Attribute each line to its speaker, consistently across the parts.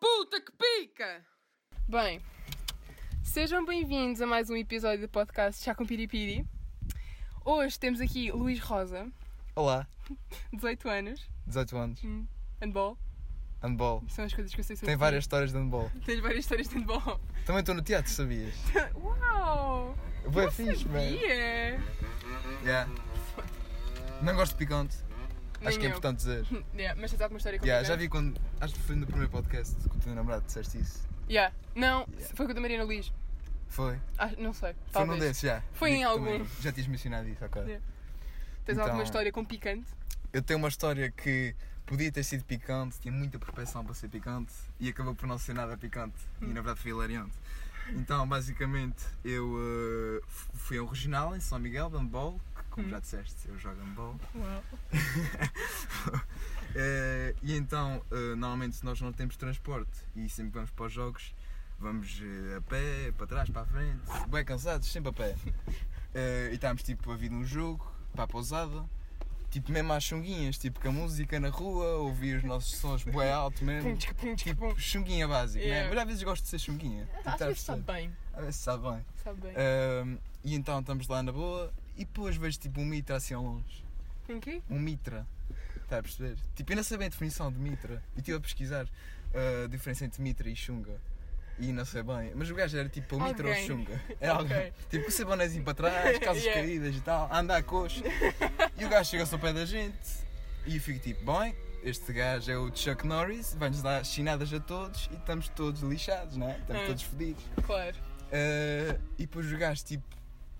Speaker 1: puta que pica! Bem, sejam bem-vindos a mais um episódio do podcast Chá com Piripiri. Hoje temos aqui Luís Rosa,
Speaker 2: Olá,
Speaker 1: 18 anos,
Speaker 2: 18 anos,
Speaker 1: handball.
Speaker 2: handball.
Speaker 1: São as coisas que eu sei sobre
Speaker 2: Tem
Speaker 1: ti.
Speaker 2: várias histórias de handball.
Speaker 1: Tens várias histórias de handball.
Speaker 2: Também estou no teatro, sabias?
Speaker 1: Uau!
Speaker 2: Boa fixe,
Speaker 1: E
Speaker 2: man.
Speaker 1: é...
Speaker 2: Yeah. Não gosto de picante.
Speaker 1: Nem
Speaker 2: Acho que é
Speaker 1: eu.
Speaker 2: importante dizer.
Speaker 1: Yeah, mas tens alguma história
Speaker 2: Yeah,
Speaker 1: complicada?
Speaker 2: já vi quando. Acho que foi no primeiro podcast que o teu namorado disseste isso.
Speaker 1: Yeah. Não, foi com a da Mariana Luís.
Speaker 2: Foi?
Speaker 1: Ah, não sei,
Speaker 2: Foi num
Speaker 1: talvez.
Speaker 2: desses, já.
Speaker 1: Foi em
Speaker 2: Vi que
Speaker 1: algum.
Speaker 2: também Já tinhas mencionado isso, ok.
Speaker 1: Yeah. Tens
Speaker 2: Então-
Speaker 1: alguma história com picante?
Speaker 2: Eu tenho uma história que podia ter sido picante, tinha muita propensão para ser picante e acabou por não ser nada picante e na verdade foi hilariante. Então, basicamente, eu eh, f- fui a um regional em São Miguel, de handball, que como já disseste, eu jogo handball.
Speaker 1: Uau.
Speaker 2: Eh, e então, eh, normalmente, se nós não temos transporte e sempre vamos para os jogos, vamos eh, a pé, para trás, para a frente, bem cansados, sempre a pé. Eh, e estávamos tipo a vir num jogo, para a pousada, tipo mesmo às chunguinhas, tipo com a música na rua, ouvir os nossos sons bué alto
Speaker 1: Pum,
Speaker 2: mesmo.
Speaker 1: tchic, pum, tchic, pum.
Speaker 2: Tipo, chunguinha básica, né?
Speaker 1: Yeah.
Speaker 2: mas às vezes gosto de ser chunguinha. Tipo,
Speaker 1: Acho que
Speaker 2: sabes-
Speaker 1: isso sabe bem.
Speaker 2: às vezes sabe bem.
Speaker 1: Sabe
Speaker 2: É.
Speaker 1: bem.
Speaker 2: Ahm, e então estamos lá na boa e depois vejo tipo um mitra assim ao longe.
Speaker 1: Um quê?
Speaker 2: Um mitra. Está a perceber? Tipo, eu não sabia a definição de mitra. E estive a pesquisar ah, a diferença entre mitra e chunga. E não sei bem. Mas o gajo era tipo o mitra ou
Speaker 1: Alguém.
Speaker 2: chunga. Era
Speaker 1: Ok.
Speaker 2: alguém. Tipo, com o sabonezinho para trás, casas
Speaker 1: Yeah.
Speaker 2: caídas e tal, a andar a coxa. E o gajo chega-se ao pé da gente. E eu fico tipo, bem, este gajo é o Chuck Norris, vai-nos dar chinadas a todos e estamos todos lixados, não é? Estamos
Speaker 1: Ah.
Speaker 2: todos fodidos.
Speaker 1: Claro.
Speaker 2: Uh, e depois o gajo, tipo,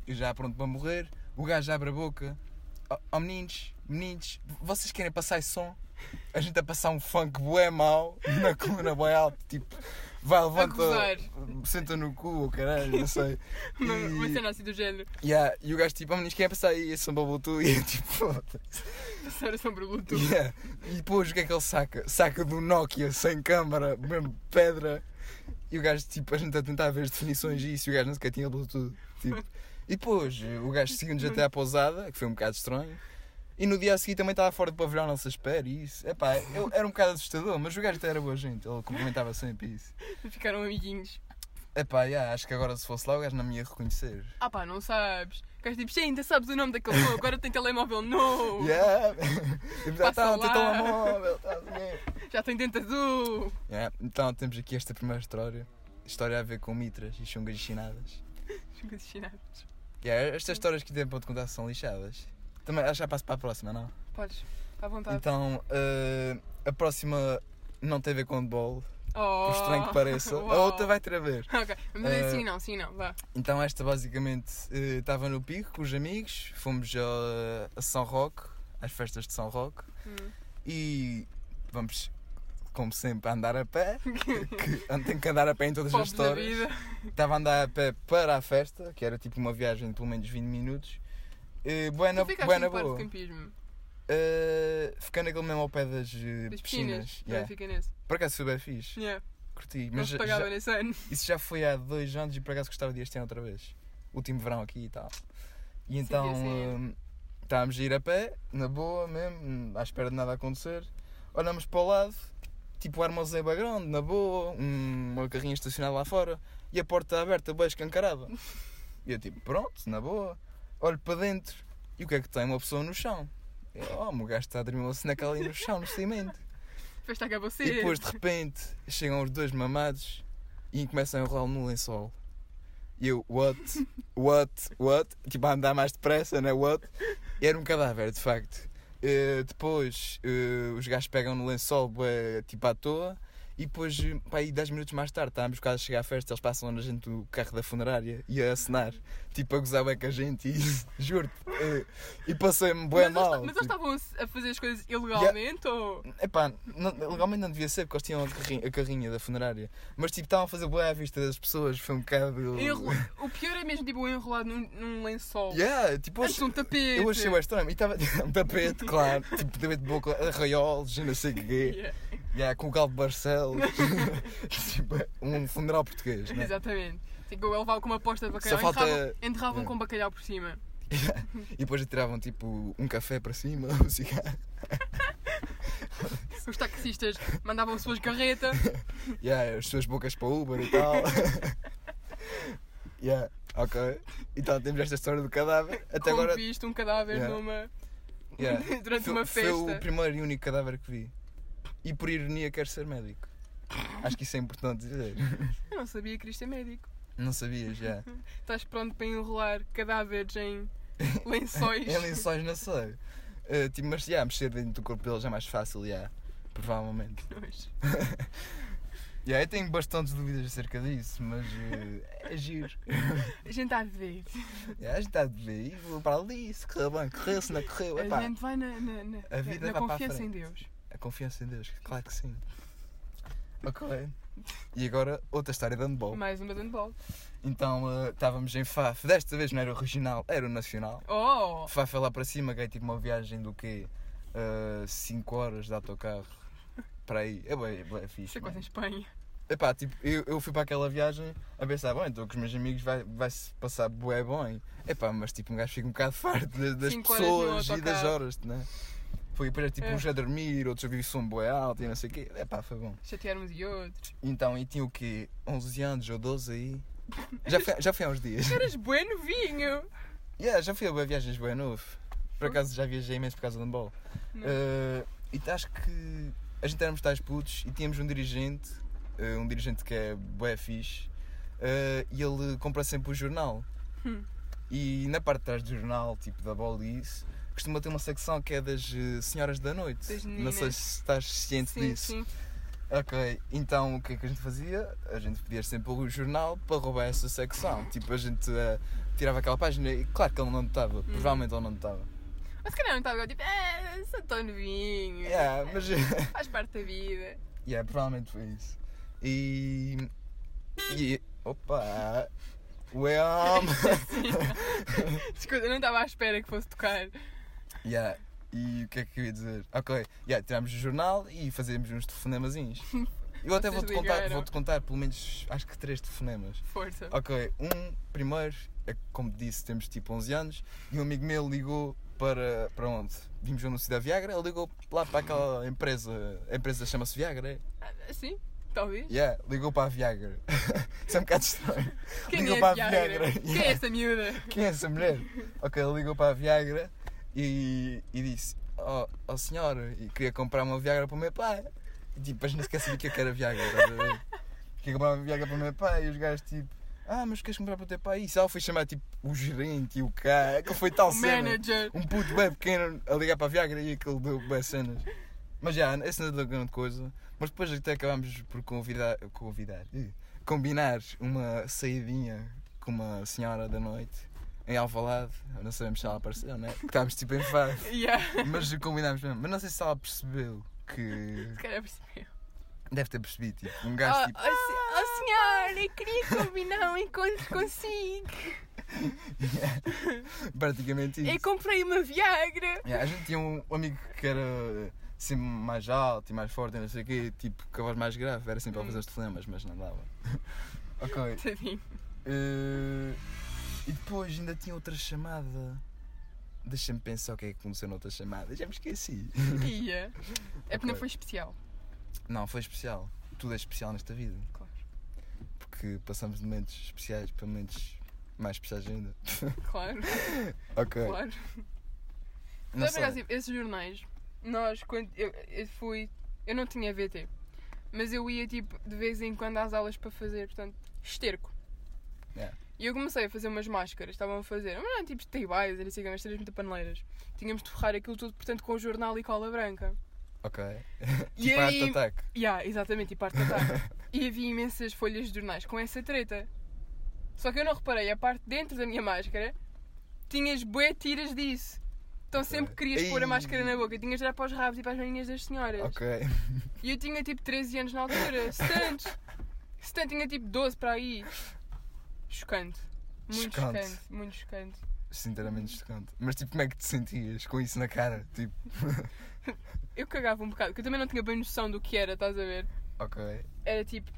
Speaker 2: eu já pronto para morrer, o gajo abre a boca. Ó ó, meninos, meninos, vocês querem passar esse som? A gente a passar um funk bué mau, na coluna bué alto, tipo, vai levanta,
Speaker 1: gozar.
Speaker 2: senta no cu, ou caralho, não sei.
Speaker 1: Uma,
Speaker 2: E-
Speaker 1: uma cena assim do género.
Speaker 2: yeah, e o gajo, tipo, ó meninos, querem passar aí esse samba Bluetooth? E eu, tipo, foda-se.
Speaker 1: Passar sobre o luto.
Speaker 2: Yeah. E depois o que é que ele saca? Saca do Nokia sem câmara, mesmo pedra. E o gajo, tipo, a gente a tentar ver as definições e isso, e o gajo nunca tinha Bluetooth. Tipo. E depois eh, o gajo seguiu-nos até à pousada, que foi um bocado estranho. E no dia a seguir também estava fora do pavilhão à nossa espera e isso. Epá, eu, era um bocado assustador, mas o gajo até era boa gente, ele cumprimentava sempre isso.
Speaker 1: Ficaram amiguinhos.
Speaker 2: Epá, yeah, acho que agora se fosse lá o gajo não me ia reconhecer.
Speaker 1: Ah pá, não sabes. O gajo tipo, "Sim, ainda sabes o nome daquele louco, agora tem telemóvel novo.
Speaker 2: Yeah! Tipo, Já
Speaker 1: Passa
Speaker 2: estava a ter
Speaker 1: lá.
Speaker 2: telemóvel, estás a ver?
Speaker 1: Já tem dente azul.
Speaker 2: Yeah, Então temos aqui esta primeira história. História a ver com mitras e chungas chinadas.
Speaker 1: Chunga de chinados.
Speaker 2: Yeah, estas histórias que temos para te contar são lixadas. Também acho que já passo para a próxima, não?
Speaker 1: Podes, à vontade.
Speaker 2: Então eh, a próxima não tem a ver com handball,
Speaker 1: oh.
Speaker 2: por estranho que pareça. A
Speaker 1: uau.
Speaker 2: outra vai ter a ver.
Speaker 1: Ok, mas é
Speaker 2: Eh,
Speaker 1: assim não, sim não, vá.
Speaker 2: Então esta basicamente eh, estava no pico com os amigos, fomos a, a São Roque, às festas de São Roque
Speaker 1: Hum.
Speaker 2: e vamos, como sempre, a andar a pé. que, tenho que andar a pé em todas as
Speaker 1: Pobres da
Speaker 2: histórias.
Speaker 1: vida.
Speaker 2: Estava a andar a pé para a festa, que era tipo uma viagem de pelo menos 20 minutos. Eh, bué na
Speaker 1: Tu ficaste
Speaker 2: bué
Speaker 1: no
Speaker 2: na
Speaker 1: parque
Speaker 2: boa. Tipo,
Speaker 1: de campismo,
Speaker 2: Eh, fiquei naquele mesmo ao pé das, eh,
Speaker 1: das
Speaker 2: piscinas.
Speaker 1: piscinas.
Speaker 2: yeah.
Speaker 1: Não fica nesse.
Speaker 2: Por acaso foi bem fixe,
Speaker 1: Yeah.
Speaker 2: curti.
Speaker 1: Não
Speaker 2: Mas
Speaker 1: se
Speaker 2: já-
Speaker 1: pagava
Speaker 2: já-
Speaker 1: nesse ano.
Speaker 2: isso já foi há dois anos e por acaso gostava de ir este ano outra vez. Último verão aqui e tal. E então
Speaker 1: sim, sim.
Speaker 2: eh, estávamos a ir a pé, na boa mesmo, hum, à espera de nada acontecer. Olhamos para o lado, tipo o armazém bem grande, na boa, um- uma carrinha estacionada lá fora e a porta aberta, bem escancarada. E eu tipo, pronto, na boa. Olho para dentro e o que é que tem? Uma pessoa no chão. Eu, oh, o gajo está a dormir uma seneca ali no chão, no cimento.
Speaker 1: A festa acabou cedo.
Speaker 2: E depois de repente chegam os dois mamados e começam a enrolar no lençol. E eu, what? What? What? Tipo a andar mais depressa, né? What? Era um cadáver, de facto. Eh, depois eh, os gajos pegam no lençol bué, tipo à toa e depois, eh, pá, aí 10 minutos mais tarde, estávamos quase a chegar à festa, eles passam na gente do carro da funerária e a acenar, tipo a gozar bem com a gente e juro-te. eh, e passei-me bué
Speaker 1: mas,
Speaker 2: mal.
Speaker 1: eles, mas eles
Speaker 2: tipo. Uhum.
Speaker 1: estavam a fazer as coisas ilegalmente ou.
Speaker 2: Epá, não, legalmente não devia ser porque eles tinham a carrinha, a carrinha da funerária. Mas tipo, estavam a fazer boa à vista das pessoas, foi um bocado.
Speaker 1: Enro- O pior é mesmo tipo o enrolado num, num lençol.
Speaker 2: Yeah, tipo, eu
Speaker 1: Antes de
Speaker 2: achei-
Speaker 1: um tapete.
Speaker 2: eu achei bem estranho. E estava um tapete, claro, tipo, tapete de boca, arraiolos, e não sei o quê.
Speaker 1: Yeah,
Speaker 2: Yeah, com o galo de Barcelos. tipo, um funeral português, né?
Speaker 1: Exatamente. Tipo, ele levava com uma posta de bacalhau.
Speaker 2: Só falta-
Speaker 1: Enterravam, enterravam
Speaker 2: Yeah.
Speaker 1: com bacalhau por cima.
Speaker 2: E depois atiravam tipo um café para cima, um cigarro.
Speaker 1: Os tacos taxistas mandavam suas carreta.
Speaker 2: Yeah, as suas bocas para Uber e tal. yeah, ok. Então temos esta história do cadáver. Até agora.
Speaker 1: Rompiste um cadáver
Speaker 2: Yeah.
Speaker 1: numa.
Speaker 2: Yeah.
Speaker 1: durante
Speaker 2: foi,
Speaker 1: uma festa.
Speaker 2: Foi o primeiro e único cadáver que vi. E por ironia quero ser médico. Acho que isso é importante dizer.
Speaker 1: Eu não sabia que isto é médico.
Speaker 2: Não sabias já.
Speaker 1: Estás pronto para enrolar cadáveres em lençóis.
Speaker 2: Em lençóis não sei. Eh, tipo, mas já, mexer dentro do corpo deles é mais fácil, já. Provavelmente.
Speaker 1: Nojo.
Speaker 2: Já, eu tenho bastantes dúvidas acerca disso, mas eh, é giro.
Speaker 1: A gente há de ver.
Speaker 2: Já, a gente está de ver e vou para ali, se correu bem, correu, se não correu,
Speaker 1: A
Speaker 2: epá.
Speaker 1: gente vai na, na, na-
Speaker 2: A vida
Speaker 1: na
Speaker 2: vai para a
Speaker 1: confiança em
Speaker 2: frente.
Speaker 1: Deus.
Speaker 2: A confiança em Deus, claro que sim. Ok. E agora, outra história de handball.
Speaker 1: Mais uma de handball.
Speaker 2: Então eh, estávamos em Faf, desta vez não era o regional, era o nacional.
Speaker 1: Oh!
Speaker 2: Faf é lá para cima, que é tipo uma viagem do quê? 5 horas de autocarro para aí. É bem, é bem
Speaker 1: Isso
Speaker 2: fixe.
Speaker 1: é quase em
Speaker 2: mano.
Speaker 1: Espanha.
Speaker 2: Epá, tipo, eu, eu fui para aquela viagem a pensar, bom, então com os meus amigos vai- vai-se passar bué bom. Epá, mas tipo, um gajo fica um bocado farto das, das
Speaker 1: Cinco horas no
Speaker 2: pessoas e das
Speaker 1: autocarro.
Speaker 2: horas, né? Foi para tipo
Speaker 1: É.
Speaker 2: uns a dormir, outros a ouvir som bué alto e não sei o quê. Epá, foi bom.
Speaker 1: Chatear uns e outros.
Speaker 2: Então, e tinha o quê? 11 anos ou 12 aí? Já foi, já foi há uns dias.
Speaker 1: Eras bueno vinho!
Speaker 2: Yeah, já fui a bué viagens bem novo. Por
Speaker 1: Hum.
Speaker 2: acaso já viajei imenso por causa do handball.
Speaker 1: Não.
Speaker 2: Eh, e acho que a gente éramos tais putos e tínhamos um dirigente, eh, um dirigente que é bué fixe, eh, e ele compra sempre o jornal.
Speaker 1: Hum.
Speaker 2: E na parte de trás do jornal, tipo da bola e isso, costuma ter uma secção que é das eh, senhoras da noite.
Speaker 1: Das
Speaker 2: Não
Speaker 1: meninas.
Speaker 2: sei se estás ciente
Speaker 1: Sim,
Speaker 2: disso.
Speaker 1: sim.
Speaker 2: Ok, então o que é que a gente fazia? A gente pedia sempre o jornal para roubar essa secção. Tipo, a gente eh, tirava aquela página e claro que ele não
Speaker 1: Hum.
Speaker 2: notava, provavelmente ele não notava.
Speaker 1: Mas se calhar não estava tipo, ah, sou tão novinho.
Speaker 2: Yeah, mas.
Speaker 1: Faz parte da vida.
Speaker 2: yeah, provavelmente foi isso. E. e opa! Well!
Speaker 1: Desculpa, eu não estava à espera que fosse tocar.
Speaker 2: yeah, e o que é que eu ia dizer? Ok, yeah, tirámos o jornal e fazíamos uns telefonemazinhos. Eu até
Speaker 1: Vocês
Speaker 2: vou-te contar,
Speaker 1: ligaram.
Speaker 2: vou-te contar pelo menos acho que três telefonemas.
Speaker 1: Força.
Speaker 2: Ok, um primeiro, é que, como disse, temos tipo 11 anos, e um amigo meu ligou para, para onde? Vimos o anúncio da Viagra, ele ligou lá para aquela empresa, a empresa chama-se Viagra, é?
Speaker 1: Ah, Sim, talvez.
Speaker 2: Yeah, ligou para a Viagra. Isso é um bocado estranho.
Speaker 1: Quem
Speaker 2: ligou
Speaker 1: é
Speaker 2: para a
Speaker 1: Viagra?
Speaker 2: Viagra.
Speaker 1: Quem é
Speaker 2: Yeah.
Speaker 1: essa miúda?
Speaker 2: Quem é essa mulher? Ok, ele ligou para a Viagra e, e disse, oh, oh senhor, e queria comprar uma Viagra para o meu pai. E, tipo, mas nem sequer sabia que eu quero a Viagra, estás a ver? Queria comprar uma Viagra para o meu pai e os gajos tipo, ah, mas queres comprar para o teu pai? E só foi chamar tipo o gerente e o cara, que foi tal
Speaker 1: O
Speaker 2: cena.
Speaker 1: manager.
Speaker 2: Um puto bem pequeno a ligar para a Viagra e aquele deu bem cenas. Mas já, essa não é grande coisa. Mas depois até acabámos por convidar, convidar, eh, combinar uma saidinha com uma senhora da noite em Alvalade. Não sabemos se ela apareceu, né? Porque estávamos tipo em fase.
Speaker 1: Yeah.
Speaker 2: Mas combinámos mesmo. Mas não sei se ela percebeu que.
Speaker 1: Se calhar percebeu.
Speaker 2: Deve ter percebido, tipo, um gajo
Speaker 1: Oh,
Speaker 2: tipo.
Speaker 1: oh, senhora, eu queria combinar um encontro consigo.
Speaker 2: tipo, Praticamente isso.
Speaker 1: Eu comprei uma Viagra.
Speaker 2: Yeah, a gente tinha um amigo que era sempre mais alto e mais forte, e não sei o quê, tipo, com a voz mais grave, era sempre a fazer os telemas, mas não dava. ok.
Speaker 1: Tadinho.
Speaker 2: eh, e depois ainda tinha outra chamada. Deixa-me pensar o que é que aconteceu noutra chamada, já me esqueci.
Speaker 1: Ia. É porque não
Speaker 2: Ok.
Speaker 1: foi especial.
Speaker 2: Não, foi especial. Tudo é especial nesta vida.
Speaker 1: Claro.
Speaker 2: Porque passamos de momentos especiais para momentos mais especiais ainda.
Speaker 1: Claro,
Speaker 2: Ok.
Speaker 1: claro.
Speaker 2: Não
Speaker 1: Sabe, por acaso,
Speaker 2: sei.
Speaker 1: tipo, esses jornais, nós, quando eu, eu fui, eu não tinha VT, mas eu ia tipo de vez em quando às aulas para fazer, portanto, esterco.
Speaker 2: Yeah.
Speaker 1: E eu comecei a fazer umas máscaras, estavam a fazer, mas não eram tipo teibais, era assim, umas três muita paneleiras. Tínhamos de forrar aquilo tudo, portanto, com jornal e cola branca.
Speaker 2: Ok.
Speaker 1: E
Speaker 2: Tipo Art
Speaker 1: aí.
Speaker 2: Attack.
Speaker 1: Yeah, exatamente, tipo arte ataque. e havia imensas folhas de jornais com essa treta. Só que eu não reparei, a parte dentro da minha máscara tinhas bué tiras disso. Então sempre que querias pôr a máscara na boca, tinhas de dar para os rabos e para as maninhas das senhoras.
Speaker 2: Ok.
Speaker 1: E eu tinha tipo 13 anos na altura, se tantos. Se tanto, tinha tipo 12 para aí. Chocante. Muito
Speaker 2: Chocante.
Speaker 1: chocante. muito chocante.
Speaker 2: Sinceramente, chocante. Mas tipo, como é que te sentias com isso na cara? Tipo.
Speaker 1: Eu cagava um bocado, porque eu também não tinha bem noção do que era, estás a ver?
Speaker 2: Ok.
Speaker 1: era tipo,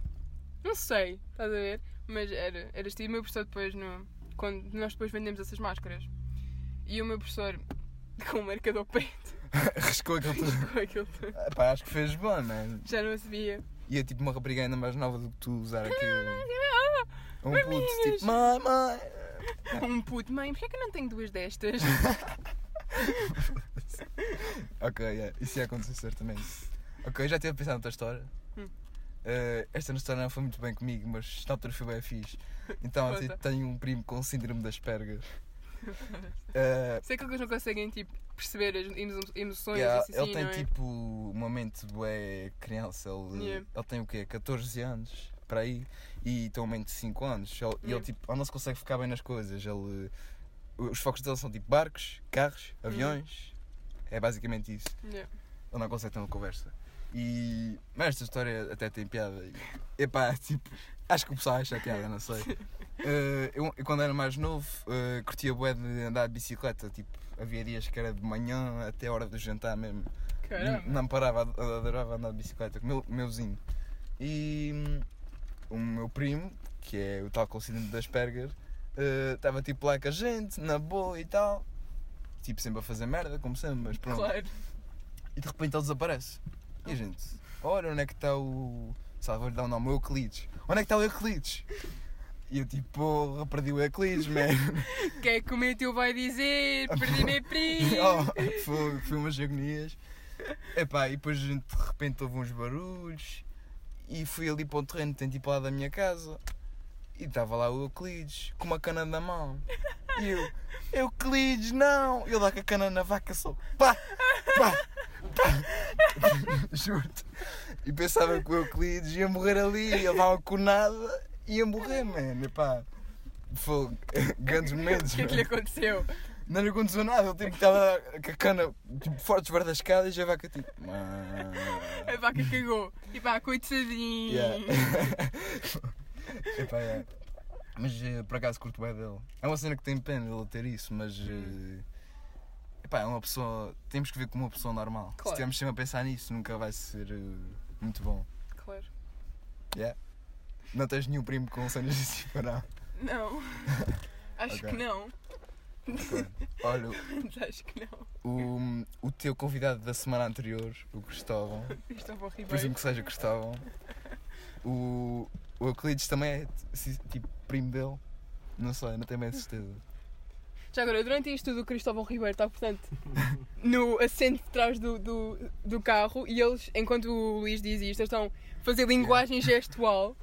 Speaker 1: não sei, estás a ver? Mas era, era tipo, e o meu professor depois, no, quando nós depois vendemos essas máscaras, e o meu professor com um marcador preto
Speaker 2: Riscou aquilo tudo. Ah,
Speaker 1: Com aquilo tudo.
Speaker 2: Pá, acho que fez bom, man.
Speaker 1: Já não sabia.
Speaker 2: E é tipo uma rapariga ainda mais nova do que tu usar aquilo. Um puto,
Speaker 1: Maminhas.
Speaker 2: tipo, mãe, mãe.
Speaker 1: Um puto, mãe, porquê é que eu não tenho duas destas?
Speaker 2: Ok, yeah, isso ia acontecer certamente. Ok, eu já tinha pensado noutra história.
Speaker 1: Hum.
Speaker 2: Eh, esta história não foi muito bem comigo, mas na altura foi bem fixe. Então,
Speaker 1: Conta.
Speaker 2: eu tenho um primo com síndrome das pergas. Eh,
Speaker 1: Sei que eles não conseguem tipo, perceber as emo- emoções
Speaker 2: yeah,
Speaker 1: assim,
Speaker 2: ele
Speaker 1: não
Speaker 2: tem
Speaker 1: é?
Speaker 2: tipo uma mente bué criança. Ele,
Speaker 1: Yeah.
Speaker 2: ele tem o quê? 14 anos para aí e tem uma mente de 5 anos. Ele, e ele
Speaker 1: Yeah.
Speaker 2: tipo, ele não se consegue focar bem nas coisas. Ele, os focos dele são tipo barcos, carros,
Speaker 1: Uhum.
Speaker 2: aviões. É basicamente isso.
Speaker 1: Yeah.
Speaker 2: Ele não consegue ter uma conversa. E. Mas esta história até tem piada. E- Epá, tipo. Acho que o pessoal acha piada, não sei. Eh, eu, eu quando era mais novo, eh, curtia bué de andar de bicicleta. Tipo, havia dias que era de manhã até a hora do jantar mesmo. Não,
Speaker 1: Caramba.
Speaker 2: não parava, ad- adorava andar de bicicleta com o meu, meu vizinho. E hum, o meu primo, que é o tal com o síndrome de Asperger, eh, estava tipo lá com a gente, na boa e tal. Tipo, sempre a fazer merda, como sempre, mas pronto.
Speaker 1: Claro.
Speaker 2: E de repente ele desaparece. E a gente, olha onde é que está o. Sabe, vou-lhe dar o nome, o Euclides. Onde é que está o Euclides? E eu tipo, porra, perdi o Euclides, man.
Speaker 1: Quem é que o meu tio vai dizer? Perdi meu primo.
Speaker 2: oh, foi, foi umas agonias. Epá, e depois a gente, de repente houve uns barulhos. E fui ali para um terreno, tem tipo lá da minha casa. E estava lá o Euclides, com uma cana na mão. E eu, Euclides, não! E eu lá com a cana na vaca só, pá, pá, pá. Juro-te. E pensava que o Euclides ia morrer ali, ele dava com nada, ia morrer, mano. Epá, fogo, grandes momentos.
Speaker 1: O que é que lhe
Speaker 2: mano.
Speaker 1: aconteceu?
Speaker 2: Não lhe aconteceu nada, ele tipo, estava com a cana tipo, forte debaixo da escada e já vai tipo.
Speaker 1: A vaca cagou. E pá, coitadinho.
Speaker 2: Yeah. Epá, yeah. Mas eh, por acaso curto bem dele. É uma cena que tem pena dele ter isso, mas.
Speaker 1: Hum.
Speaker 2: eh, epá, é uma pessoa. Temos que ver como uma pessoa normal. Se
Speaker 1: Claro.
Speaker 2: estivermos sempre a pensar nisso, nunca vai ser eh, muito bom.
Speaker 1: Claro.
Speaker 2: Não tens nenhum primo com cenas assim para não.
Speaker 1: Não. Acho
Speaker 2: Ok.
Speaker 1: que não.
Speaker 2: Olha,
Speaker 1: Acho que não.
Speaker 2: o, o teu convidado da semana anterior, o Cristóvão.
Speaker 1: Isto é um
Speaker 2: Presumo
Speaker 1: ribeiro.
Speaker 2: que seja Cristóvão. O, o Euclides também é si- tipo primo dele. Não sei, não tenho bem certeza.
Speaker 1: Já agora, durante isto tudo, o Cristóvão Ribeiro está, portanto, no assento de trás do, do, do carro e eles, enquanto o Luís diz isto, eles estão a fazer linguagem gestual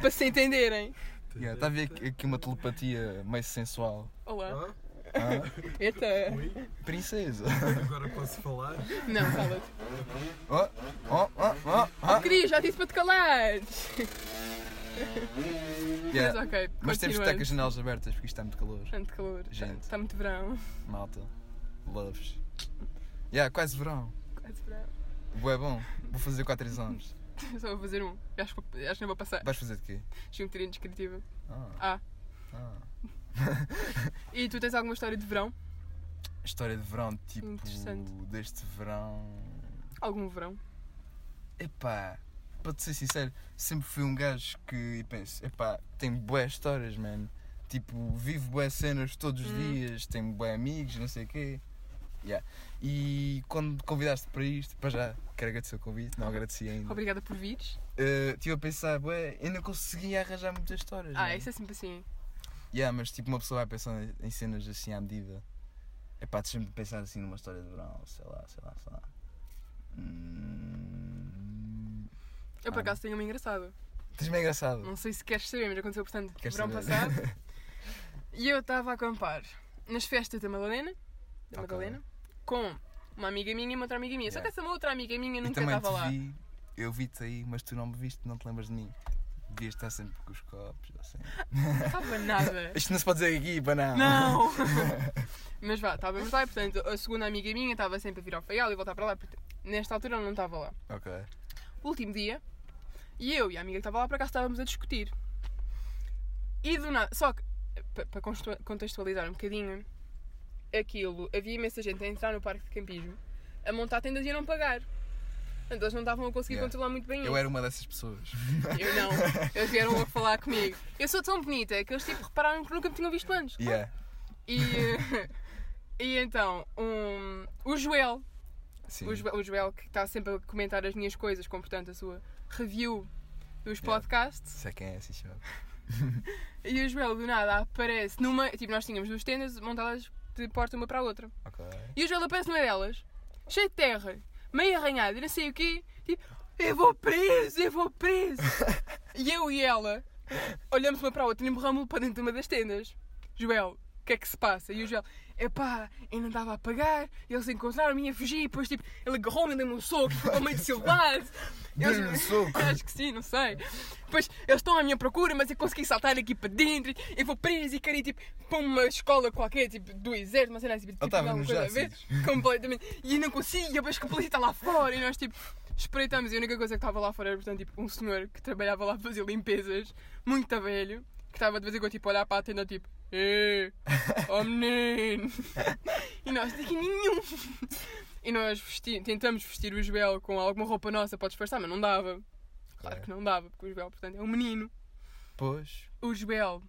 Speaker 1: para se entenderem.
Speaker 2: Yeah, Está a ver aqui, aqui uma telepatia meio sensual.
Speaker 1: Olá.
Speaker 3: Ah,
Speaker 2: Ah,
Speaker 1: Eita.
Speaker 3: oi,
Speaker 2: princesa!
Speaker 3: agora posso falar?
Speaker 1: Não, cala-te.
Speaker 2: Oh, oh, oh, oh, oh.
Speaker 1: Cris, já disse para te calares.
Speaker 2: Yeah,
Speaker 1: Mas ok,
Speaker 2: Mas temos que estar com as
Speaker 1: continuando.
Speaker 2: janelas abertas porque isto está muito calor.
Speaker 1: Tanto calor.
Speaker 2: Gente.
Speaker 1: Está muito verão.
Speaker 2: Malta. Loves. Yeah, quase verão.
Speaker 1: Quase verão.
Speaker 2: Bué bom. Vou fazer 4 exames.
Speaker 1: Só vou fazer um. Acho que, acho que não vou passar. um
Speaker 2: Vais fazer de quê?
Speaker 1: Geometria descritiva.
Speaker 2: Ah,
Speaker 1: Ah.
Speaker 2: ah.
Speaker 1: E tu tens alguma história de verão?
Speaker 2: História de verão, tipo.
Speaker 1: Interessante.
Speaker 2: Deste verão.
Speaker 1: Algum verão?
Speaker 2: Epá, para te ser sincero, sempre fui um gajo que penso, epá, tenho bué histórias, mano. Tipo, vivo bué cenas todos os
Speaker 1: Hum.
Speaker 2: dias, tenho bué amigos, não sei o quê. Yeah. E quando me convidaste para isto, para já, quero agradecer o convite, não agradeci ainda.
Speaker 1: Obrigada por vires.
Speaker 2: Eh, Estive a pensar, bué, eu não conseguia arranjar muitas histórias.
Speaker 1: Ah,
Speaker 2: mano.
Speaker 1: isso é sempre assim.
Speaker 2: Yeah, mas tipo, uma pessoa vai pensando em cenas assim à medida. É pá, deixa-me pensar assim numa história de verão, sei lá, sei lá, sei lá. Hum...
Speaker 1: Eu por
Speaker 2: Ah,
Speaker 1: acaso tenho uma engraçada.
Speaker 2: Tens-me engraçado.
Speaker 1: Não sei se queres saber, mas aconteceu, portanto,
Speaker 2: Queres
Speaker 1: verão
Speaker 2: saber?
Speaker 1: passado. E eu estava a acampar nas festas da Madalena, da
Speaker 2: Ok.
Speaker 1: Madalena, com uma amiga minha e uma outra amiga minha. Só
Speaker 2: Yeah.
Speaker 1: que essa outra amiga minha
Speaker 2: Eu
Speaker 1: nunca
Speaker 2: também
Speaker 1: estava lá.
Speaker 2: te vi, eu vi-te aí, mas tu não me viste, não te lembras de mim. Devias estar sempre com os copos, assim.
Speaker 1: Não estava nada.
Speaker 2: Isto não se pode dizer aqui, para não.
Speaker 1: Não! Mas vá, estávamos lá e, portanto, a segunda amiga minha estava sempre a vir ao Faial e voltar para lá, porque nesta altura eu não estava lá.
Speaker 2: Ok.
Speaker 1: último dia e eu e a amiga que estava lá para cá estávamos a discutir. E do nada, só que pa- para constru- contextualizar um bocadinho aquilo, havia imensa gente a entrar no parque de campismo a montar tendas e a não pagar. Portanto, eles não estavam a conseguir
Speaker 2: Yeah.
Speaker 1: controlar muito bem
Speaker 2: Eu
Speaker 1: isso.
Speaker 2: era uma dessas pessoas.
Speaker 1: Eu não. Eles vieram logo falar comigo. Eu sou tão bonita que eles tipo repararam que nunca me tinham visto antes.
Speaker 2: Yeah.
Speaker 1: E, eh, e então, um, o Joel,
Speaker 2: Sim.
Speaker 1: O, Jo- o Joel, que está sempre a comentar as minhas coisas, comportando a sua review dos
Speaker 2: Yeah.
Speaker 1: podcasts.
Speaker 2: Sei quem é esse chato.
Speaker 1: E o Joel do nada aparece numa. Tipo, nós tínhamos duas tendas montadas de porta uma para a outra.
Speaker 2: Ok.
Speaker 1: E o Joel aparece numa delas, cheio de terra, meio arranhado e não sei o quê. Tipo, eu vou preso, eu vou preso. e eu e ela olhamos uma para a outra e empurramos-lo para dentro de uma das tendas. Joel, o que é que se passa? E o Joel, epá, eu não estava a pagar, eles encontraram-me e fugir. Depois, tipo, ele agarrou-me e deu-me um soco, ficou meio desilado. Eles-
Speaker 2: Deu-lhe um soco.
Speaker 1: Acho que sim, não sei. Depois eles estão à minha procura, mas eu consegui saltar aqui para dentro. Eu vou preso e quero ir tipo, para uma escola qualquer, tipo do exército, mas sei lá, tipo, tipo,
Speaker 2: estava
Speaker 1: alguma
Speaker 2: nos
Speaker 1: coisa a ver.
Speaker 2: ácidos.
Speaker 1: Completamente. E eu não consigo, e depois que a polícia está lá fora. E nós tipo, espreitamos. E a única coisa que estava lá fora era, portanto, tipo, um senhor que trabalhava lá a fazer limpezas, muito velho, que estava de vez em quando tipo, a olhar para a tenda, tipo, Ê, oh menino. e nós, daqui nenhum. E nós vesti- tentamos vestir o Joel com alguma roupa nossa para disfarçar, mas não dava. Claro
Speaker 2: Ok.
Speaker 1: que não dava, porque o Joel, portanto, é um menino.
Speaker 2: Pois.
Speaker 1: O Joel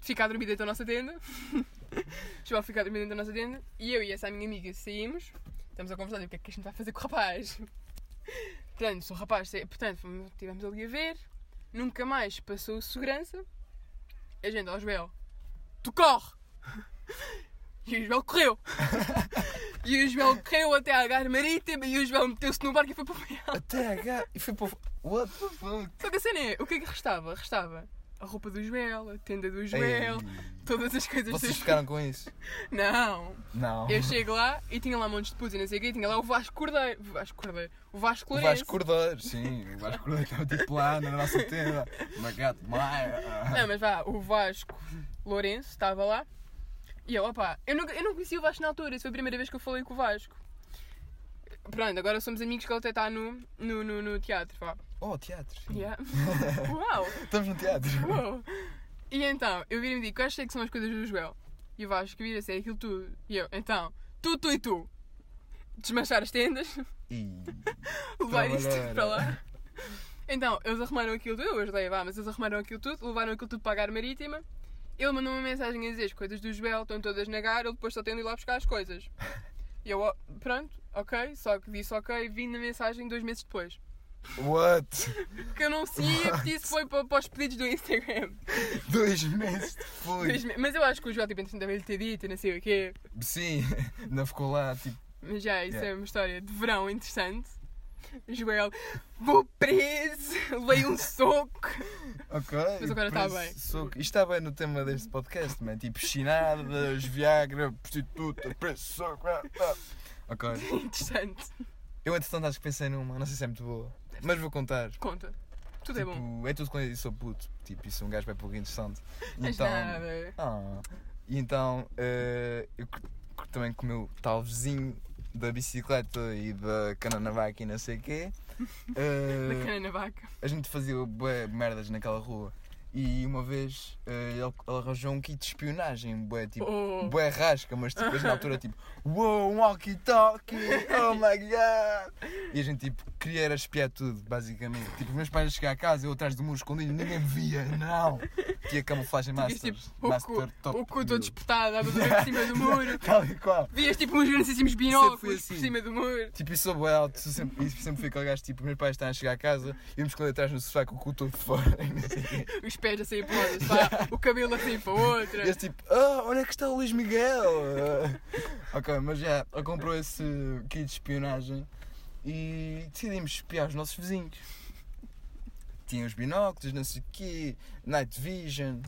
Speaker 1: fica a dormir dentro da nossa tenda. o Joel fica a dormir dentro da nossa tenda. E eu e essa minha amiga saímos. Estamos a conversar do que é que a gente vai fazer com o rapaz. Portanto, se o rapaz. sa- Portanto, fomos- estivemos ali a ver. Nunca mais passou o segurança. E a gente, ó Joel, tu corre! E o Joel correu! E o Joel correu até à Gar Marítima e o Joel meteu-se no barco e foi para o Piauí.
Speaker 2: Até H. E foi para o. What the fuck?
Speaker 1: Só que a cena é, o que é que restava? Restava a roupa do Joel, a tenda do Joel,
Speaker 2: Ei,
Speaker 1: todas as coisas
Speaker 2: Vocês
Speaker 1: que-
Speaker 2: ficaram com isso?
Speaker 1: Não!
Speaker 2: Não.
Speaker 1: Eu chego lá e tinha lá montes de putos e não sei o quê, e tinha lá o Vasco Cordeiro. Vasco Cordeiro. O Vasco
Speaker 2: O
Speaker 1: Lourenço.
Speaker 2: Vasco Cordeiro, sim, o Vasco Cordeiro estava tipo lá na nossa tenda. Uma gato
Speaker 1: Não, mas vá, o Vasco Lourenço estava lá. E eu, opá, eu não, eu não conhecia o Vasco na altura, isso foi a primeira vez que eu falei com o Vasco. Pronto, agora somos amigos que ele até está no, no, no, no teatro, vá.
Speaker 2: Oh, teatro. sim.
Speaker 1: Yeah. Uau!
Speaker 2: Estamos no teatro.
Speaker 1: Uau. E então, eu viro e me digo, quais é que são as coisas do Joel? E o Vasco vira-se, é aquilo tudo. E eu, então, tu, tu e tu. Desmanchar as tendas,
Speaker 2: Ih,
Speaker 1: levar isto
Speaker 2: Trabalhar.
Speaker 1: para lá. Então, eles arrumaram aquilo tudo, eu ajudei, vá, mas eles arrumaram aquilo tudo, levaram aquilo tudo para a Gar Marítima. Ele mandou uma mensagem a dizer as coisas do Joel estão todas na Gar, ele depois só tem de ir lá buscar as coisas. E eu, ó, pronto, ok, só que disse ok, vim na mensagem dois meses depois.
Speaker 2: What?
Speaker 1: Porque eu não sabia, porque isso foi para, para os pedidos do Instagram.
Speaker 2: Dois meses depois.
Speaker 1: Dois me- Mas eu acho que o Joel, tipo, entretanto, deve-lhe ter dito, e não sei o quê.
Speaker 2: Sim, não ficou lá tipo.
Speaker 1: Mas já, isso
Speaker 2: Yeah.
Speaker 1: é uma história de verão interessante. Joel, vou preso, levei um soco.
Speaker 2: Ok.
Speaker 1: Mas agora tá
Speaker 2: por
Speaker 1: bem.
Speaker 2: isso sou- Isto está bem no tema deste podcast, man. Tipo, chinadas, Viagra, prostituta, preço, soco, ah, ah. Ok.
Speaker 1: interessante.
Speaker 2: Eu entretanto acho que pensei numa, não sei se é muito boa, mas vou contar.
Speaker 1: Conta. Tudo é bom.
Speaker 2: Tipo, é tudo quando eu sou puto. Tipo, isso é um gajo vai pouco interessante. E
Speaker 1: Mas
Speaker 2: Então,
Speaker 1: nada.
Speaker 2: Ah, e então eh, eu cur- cur- também com o meu tal vizinho da bicicleta e da cananavaca e não sei o quê. eh,
Speaker 1: Da cana na vaca.
Speaker 2: a gente fazia bué merdas naquela rua. E uma vez eh, ele, ele arranjou um kit de espionagem, bué, tipo,
Speaker 1: Oh.
Speaker 2: bué rasca, mas tipo, depois na altura tipo, wow, um walkie-talkie, oh my god! E a gente tipo, queria era espiar tudo, basicamente. Tipo, os meus pais chegavam a casa, eu atrás do muro escondido, ninguém me via, não! Tinha camuflagem
Speaker 1: Tinhas,
Speaker 2: master,
Speaker 1: tipo, o
Speaker 2: master
Speaker 1: cu,
Speaker 2: top.
Speaker 1: o cu todo
Speaker 2: view.
Speaker 1: espetado, a bater por cima do muro.
Speaker 2: Tal e qual.
Speaker 1: Vias tipo uns grandíssimos
Speaker 2: fui
Speaker 1: binóculos
Speaker 2: assim.
Speaker 1: por cima do muro.
Speaker 2: Tipo, isso sou bué alto, sou sempre, isso sempre fui aquele gajo, tipo, meus pais estão a chegar a casa, e eu me esconder atrás no sofá com o cu todo fora, e não sei o quê.
Speaker 1: Os pés a sair para uma pá, o cabelo a sair para outra.
Speaker 2: E eles tipo, ah, onde é que está o Luís Miguel? Ah, ok, mas já, ele comprou esse kit de espionagem e decidimos espiar os nossos vizinhos. Tinha os binóculos, não sei o quê, night vision.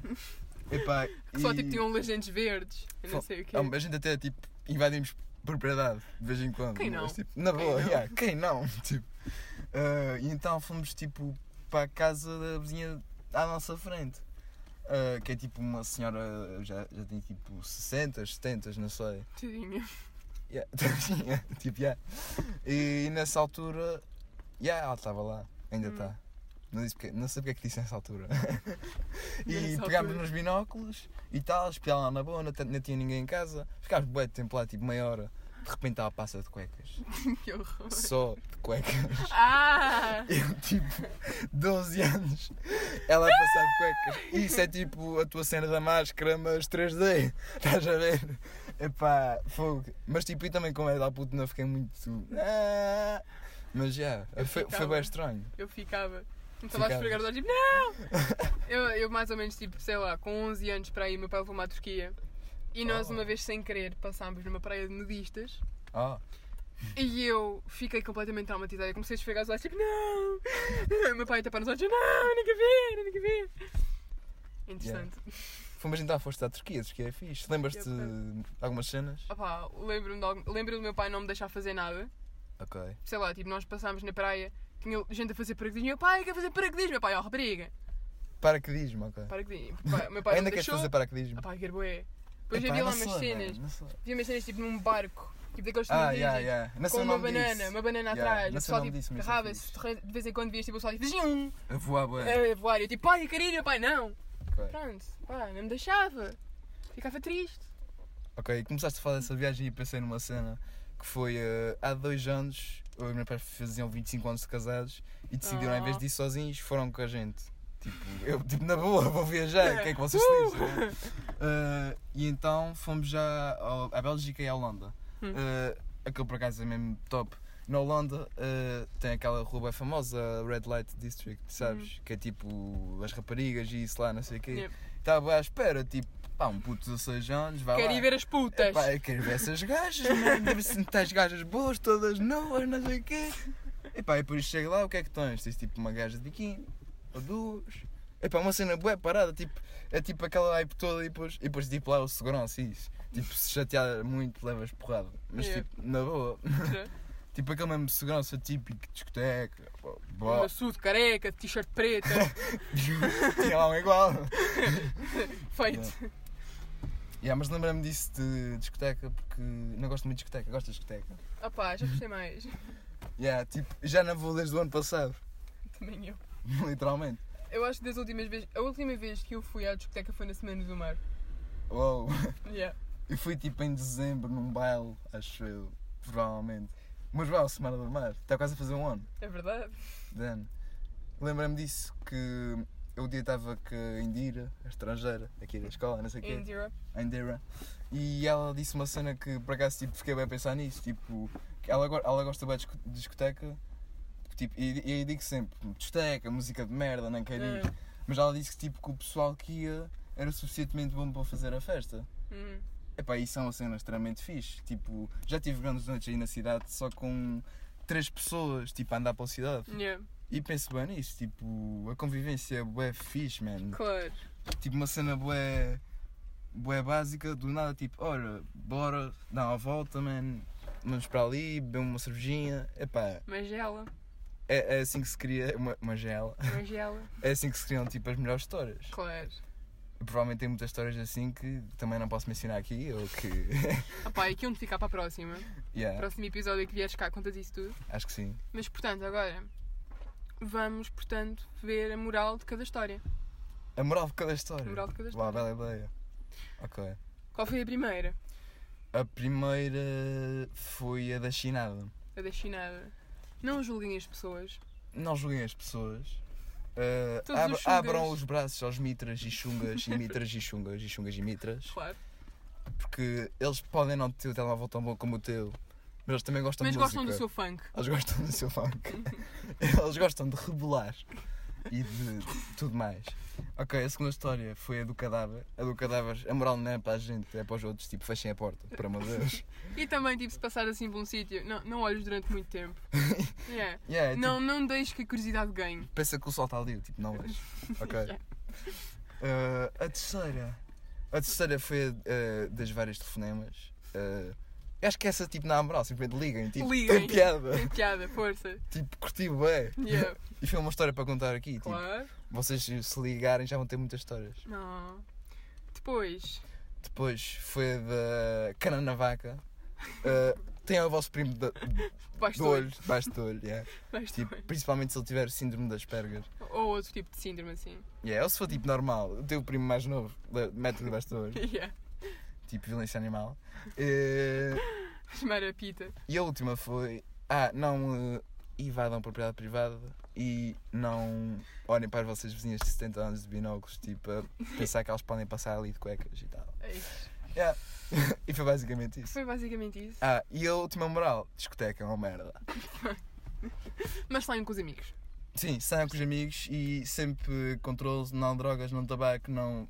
Speaker 2: Epá,
Speaker 1: Que só
Speaker 2: e-
Speaker 1: tipo tinham legentes verdes. Eu não
Speaker 2: Fo-
Speaker 1: sei o é. quê.
Speaker 2: Ah, mas a gente até tipo invadimos propriedade de vez em quando.
Speaker 1: Quem não?
Speaker 2: Mas, tipo, na boa,
Speaker 1: não?
Speaker 2: yeah, quem não? Tipo, ah, e então fomos tipo para a casa da vizinha à nossa frente. ah, que é tipo uma senhora já, já tem tipo 60, 70, não sei.
Speaker 1: Tadinho.
Speaker 2: Yeah, tadinha, tipo, yeah. E nessa altura, yeah, ela estava lá, ainda
Speaker 1: Hum.
Speaker 2: está. Não, disse porque- não sei porque é que disse nessa altura. e
Speaker 1: Nessa
Speaker 2: pegámos
Speaker 1: altura.
Speaker 2: nos binóculos e tal, espiámos lá na boa, não, t- não tinha ninguém em casa. Ficámos bué de tempo lá, tipo meia hora. De repente ela passa de cuecas.
Speaker 1: que horror.
Speaker 2: Só de cuecas.
Speaker 1: Ah!
Speaker 2: Eu, tipo, 12 anos, ela a passar de cuecas. Isso é tipo a tua cena da máscara, mas 3D. Estás a ver? Epá, fogo. Mas tipo, e também como é da puta, não fiquei muito. Ah. Mas já,
Speaker 1: Eu
Speaker 2: foi, foi
Speaker 1: ficava.
Speaker 2: bem estranho.
Speaker 1: Eu ficava. Começava a
Speaker 2: Ficavas.
Speaker 1: esfregar os olhos, tipo, não! eu, eu mais ou menos, tipo, sei lá, com 11 anos para aí, meu pai levou-me à Turquia. E nós,
Speaker 2: Oh.
Speaker 1: uma vez sem querer, passámos numa praia de nudistas.
Speaker 2: Oh,
Speaker 1: E eu fiquei completamente traumatizada. Eu comecei a esfregar os olhos, tipo, não! O meu pai a tapar nos olhos, não, nem que ver, nem que ver. Interessante.
Speaker 2: fomos então, foste à Turquia, a Turquia é fixe. Lembras-te de algumas cenas?
Speaker 1: Opa, lembro-me de algum- lembro do meu pai não me deixar fazer nada.
Speaker 2: Ok.
Speaker 1: Sei lá, tipo, nós passámos na praia, tinha gente a fazer paraquedismo. Meu pai quer fazer paraquedismo. Meu pai, ó, rapariga,
Speaker 2: Paraquedismo, ok.
Speaker 1: paraquedismo. Pai- Meu pai não
Speaker 2: Ainda
Speaker 1: me
Speaker 2: queres
Speaker 1: deixou.
Speaker 2: fazer paraquedismo?
Speaker 1: Ah pá, quero bué. Depois
Speaker 2: Epá,
Speaker 1: havia lá
Speaker 2: não
Speaker 1: umas
Speaker 2: sei,
Speaker 1: cenas.
Speaker 2: velho, não sei.
Speaker 1: Havia umas cenas tipo num barco, tipo daqueles
Speaker 2: Ah,
Speaker 1: que
Speaker 2: yeah, yeah. Não sei
Speaker 1: Com
Speaker 2: o
Speaker 1: uma
Speaker 2: nome
Speaker 1: banana,
Speaker 2: disso.
Speaker 1: uma banana
Speaker 2: Yeah,
Speaker 1: atrás. o
Speaker 2: não sei o
Speaker 1: pessoal
Speaker 2: nome disso,
Speaker 1: tipo,
Speaker 2: mas é
Speaker 1: agarrava-se, de vez em quando vias tipo, o pessoal tipo, "Zum!"
Speaker 2: A voar, bué.
Speaker 1: a voar. E eu tipo, pai, eu queria, ir, pai, não.
Speaker 2: Ok.
Speaker 1: Pronto, pá, não me deixava. Ficava triste.
Speaker 2: Ok, e começaste a falar dessa viagem e pensei numa cena que foi eh, há dois anos, eu e meus pais faziam 25 anos de casados e decidiram, em vez
Speaker 1: Oh.
Speaker 2: de ir sozinhos, foram com a gente. Tipo, eu, tipo, na boa, vou viajar, o que é que
Speaker 1: Uh!
Speaker 2: vocês dizem? né? Eh, e então fomos já ao- à Bélgica e à Holanda.
Speaker 1: Hum.
Speaker 2: Eh, aquele por acaso é mesmo top. Na Holanda eh, tem aquela rua bem famosa, a Red Light District, sabes? Que é tipo as raparigas e isso lá, não sei o quê.
Speaker 1: Hum. Yep.
Speaker 2: Estava à espera, tipo, pá, um puto de 16 anos, vai
Speaker 1: Quero
Speaker 2: lá.
Speaker 1: ir ver as putas.
Speaker 2: Epá, é, eu quero ver essas gajas, mano. Deve ser tais gajas boas, todas novas, não sei o quê. Epá, e por isso chego lá, o que é que tens? Tens tipo uma gaja de biquíni, ou duas. Epá, uma cena boa parada, tipo, é tipo aquela hype toda e depois, e depois tipo lá o segurança e isso. Tipo, se chatear muito, levas porrada. Mas
Speaker 1: Yeah.
Speaker 2: tipo, na boa. Tipo aquele mesmo segurança típico, de discoteca, bo- bo-
Speaker 1: Uma sudo careca, t-shirt preta,
Speaker 2: tinha lá um igual.
Speaker 1: feito.
Speaker 2: Yeah, mas lembra-me disso de discoteca porque não gosto muito de discoteca, gosto de discoteca.
Speaker 1: Opá, já gostei mais.
Speaker 2: Yeah, tipo, já não vou desde o ano passado.
Speaker 1: Também eu.
Speaker 2: Literalmente.
Speaker 1: Eu acho que das últimas vezes, a última vez que eu fui à discoteca foi na Semana do Mar.
Speaker 2: Uou.
Speaker 1: Yeah.
Speaker 2: Eu fui tipo em dezembro num baile, acho eu, provavelmente. Mas vai, Semana do Mar, está quase a fazer um ano.
Speaker 1: É verdade.
Speaker 2: Dan. Lembra-me disso que eu um dia estava com a Indira, a estrangeira, aqui da escola, não sei o quê,
Speaker 1: Indira.
Speaker 2: a Indira, e ela disse uma cena que por acaso tipo, fiquei bem a pensar nisso, tipo, que ela, go- ela gosta bem de disco- de discoteca, tipo, e, e eu digo sempre, discoteca, música de merda, não quero ir.
Speaker 1: Ah,
Speaker 2: Mas ela disse que tipo que o pessoal que ia era suficientemente bom para fazer a festa.
Speaker 1: hum.
Speaker 2: Epá, isso é uma cena extremamente fixe. Tipo, já tive grandes noites aí na cidade só com três pessoas, tipo, a andar pela cidade.
Speaker 1: Yeah.
Speaker 2: E penso bem nisso, tipo, a convivência é bué fixe, man.
Speaker 1: Claro.
Speaker 2: Tipo, uma cena bué, bué básica, do nada, tipo, ora, bora, dá uma volta, man. Vamos para ali, beber uma cervejinha. Epá,
Speaker 1: Mas ela,
Speaker 2: é, é assim que se cria uma, uma gela.
Speaker 1: mas ela.
Speaker 2: É assim que se criam, tipo, as melhores histórias.
Speaker 1: Claro.
Speaker 2: Provavelmente tem muitas histórias assim que também não posso mencionar aqui, ou que.
Speaker 1: Opá, e aqui onde ficar para a próxima.
Speaker 2: yeah,
Speaker 1: Próximo episódio que vieres cá, contas isso tudo.
Speaker 2: acho que sim.
Speaker 1: Mas portanto, agora vamos portanto ver a moral de cada história.
Speaker 2: A moral de cada história.
Speaker 1: A moral de cada
Speaker 2: Lá,
Speaker 1: história.
Speaker 2: bela ideia. Ok.
Speaker 1: Qual foi a primeira?
Speaker 2: A primeira foi a da chinada.
Speaker 1: A da chinada. Não julguem as pessoas.
Speaker 2: Não julguem as pessoas. Uh,
Speaker 1: Todos
Speaker 2: ab-
Speaker 1: os chungas.
Speaker 2: abram os braços aos mitras e chungas e mitras e chungas e chungas e mitras.
Speaker 1: Claro.
Speaker 2: Porque eles podem não ter o telemóvel tão bom como o teu, mas eles também gostam
Speaker 1: Mas
Speaker 2: de
Speaker 1: gostam do
Speaker 2: música.
Speaker 1: seu funk.
Speaker 2: Eles gostam do seu funk. Eles gostam de rebolar e de tudo mais. Ok, a segunda história foi a do cadáver. A do cadáver, a moral não é para a gente, é para os outros. Tipo, fechem a porta, por amor de Deus.
Speaker 1: E também, tipo, se passar assim por um sítio, não, não olhes durante muito tempo. Yeah.
Speaker 2: Yeah, é tipo,
Speaker 1: Não, não deixes que a curiosidade ganhe.
Speaker 2: pensa que o sol está ali, tipo, não vejo. Ok.
Speaker 1: Yeah.
Speaker 2: Uh, a terceira. A terceira foi a uh, das várias telefonemas. Uh, acho que essa, tipo, na moral, simplesmente liguem. Tipo,
Speaker 1: Liguem.
Speaker 2: Tem piada.
Speaker 1: Tem piada, força.
Speaker 2: tipo, curti bem.
Speaker 1: Yeah.
Speaker 2: E foi uma história para contar aqui. Tipo,
Speaker 1: Claro.
Speaker 2: vocês se ligarem já vão ter muitas histórias.
Speaker 1: Não. Depois.
Speaker 2: Depois foi a da Cana na Vaca. Uh, tem o vosso primo de,
Speaker 1: Vais
Speaker 2: de
Speaker 1: tu.
Speaker 2: olho, baixo de olho, yeah.
Speaker 1: Vais tu.
Speaker 2: tipo, principalmente se ele tiver síndrome das Asperger.
Speaker 1: Ou outro tipo de síndrome assim.
Speaker 2: Yeah, ou se for tipo normal, o teu primo mais novo, le- mete-lhe baixo de olho,
Speaker 1: Yeah.
Speaker 2: tipo violência animal. Eh,
Speaker 1: Chamar a pita.
Speaker 2: E a última foi: ah, não eh, invadam propriedade privada e não olhem para as vossas vizinhas de 70 anos de binóculos, tipo, a pensar que elas podem passar ali de cuecas e tal.
Speaker 1: É isso.
Speaker 2: E foi basicamente isso.
Speaker 1: Foi basicamente isso.
Speaker 2: Ah, e a última moral: discoteca é uma merda.
Speaker 1: Mas saiam com os amigos.
Speaker 2: Sim, saiam com os amigos e sempre controles, não drogas, não tabaco, não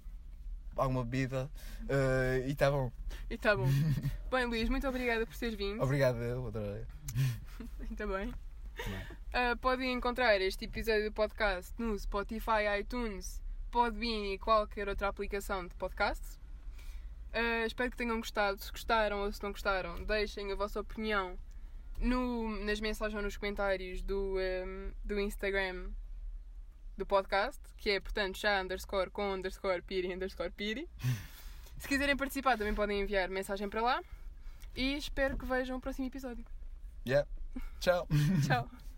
Speaker 2: alguma bebida. eh, e tá bom.
Speaker 1: E tá bom. Bem, Luís, muito obrigada por teres vindo.
Speaker 2: Obrigado, eu adorei.
Speaker 1: Ainda bem. Ah, podem encontrar este episódio do podcast no Spotify, iTunes, Podbean e qualquer outra aplicação de podcasts. Ah, espero que tenham gostado. Se gostaram ou se não gostaram, deixem a vossa opinião no- nas mensagens ou nos comentários do, ehm, do Instagram do podcast, que é, portanto, chá underscore com underscore piri underscore piri. Se quiserem participar, também podem enviar mensagem para lá. E espero que vejam o próximo episódio.
Speaker 2: Yeah. Tchau.
Speaker 1: Tchau!